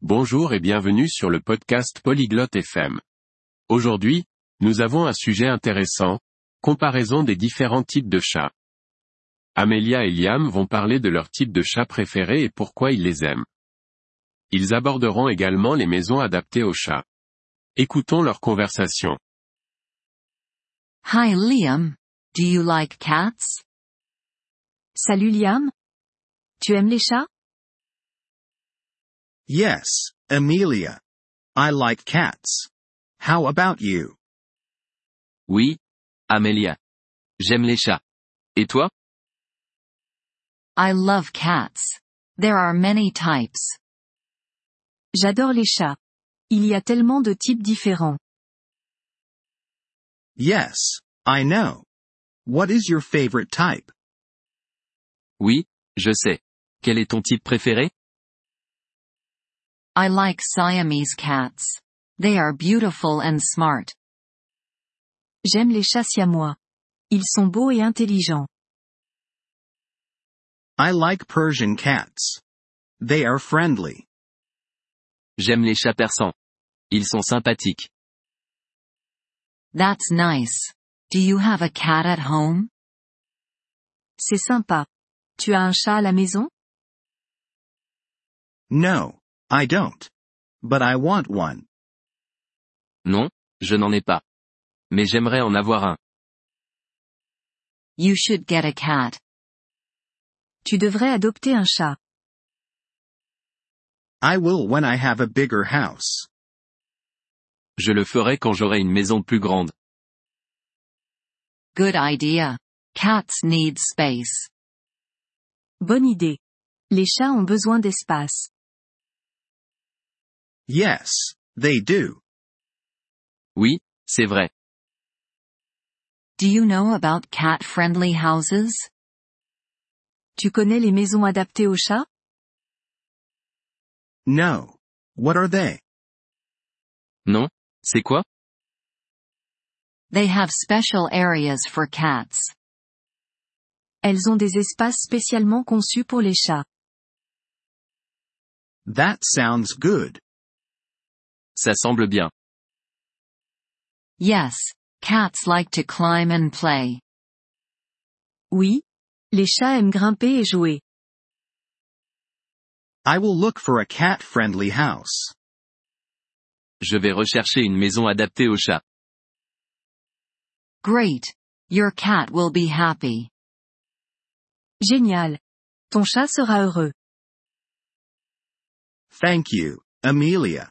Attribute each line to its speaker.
Speaker 1: Bonjour et bienvenue sur le podcast Polyglotte FM. Aujourd'hui, nous avons un sujet intéressant, comparaison des différents types de chats. Amelia et Liam vont parler de leur type de chat préféré et pourquoi ils les aiment. Ils aborderont également les maisons adaptées aux chats. Écoutons leur conversation.
Speaker 2: Hi Liam. Do you like cats?
Speaker 3: Salut Liam. Tu aimes les chats?
Speaker 4: Yes, Amelia. I like cats. How about you?
Speaker 5: Oui, Amelia. J'aime les chats. Et toi?
Speaker 2: I love cats. There are many types.
Speaker 3: J'adore les chats. Il y a tellement de types différents.
Speaker 4: Yes, I know. What is your favorite type?
Speaker 5: Oui, je sais. Quel est ton type préféré?
Speaker 2: I like Siamese cats. They are beautiful and smart.
Speaker 3: J'aime les chats siamois. Ils sont beaux et intelligents.
Speaker 4: I like Persian cats. They are friendly.
Speaker 5: J'aime les chats persans. Ils sont sympathiques.
Speaker 2: That's nice. Do you have a cat at home?
Speaker 3: C'est sympa. Tu as un chat à la maison?
Speaker 4: No, I don't. But I want one.
Speaker 5: Non, je n'en ai pas. Mais j'aimerais en avoir un.
Speaker 2: You should get a cat.
Speaker 3: Tu devrais adopter un chat.
Speaker 4: I will when I have a bigger house.
Speaker 5: Je le ferai quand j'aurai une maison plus grande.
Speaker 2: Good idea. Cats need space.
Speaker 3: Bonne idée. Les chats ont besoin d'espace.
Speaker 4: Yes, they do.
Speaker 5: Oui, c'est vrai.
Speaker 2: Do you know about cat-friendly houses?
Speaker 3: Tu connais les maisons adaptées aux chats?
Speaker 4: No. What are they?
Speaker 5: Non? C'est quoi?
Speaker 2: They have special areas for cats.
Speaker 3: Elles ont des espaces spécialement conçus pour les chats.
Speaker 4: That sounds good.
Speaker 5: Ça semble bien.
Speaker 2: Yes, cats like to climb and play.
Speaker 3: Oui. Les chats aiment grimper et jouer.
Speaker 4: I will look for a cat-friendly house.
Speaker 5: Je vais rechercher une maison adaptée aux chats.
Speaker 2: Great. Your cat will be happy.
Speaker 3: Génial. Ton chat sera heureux.
Speaker 4: Thank you, Amelia.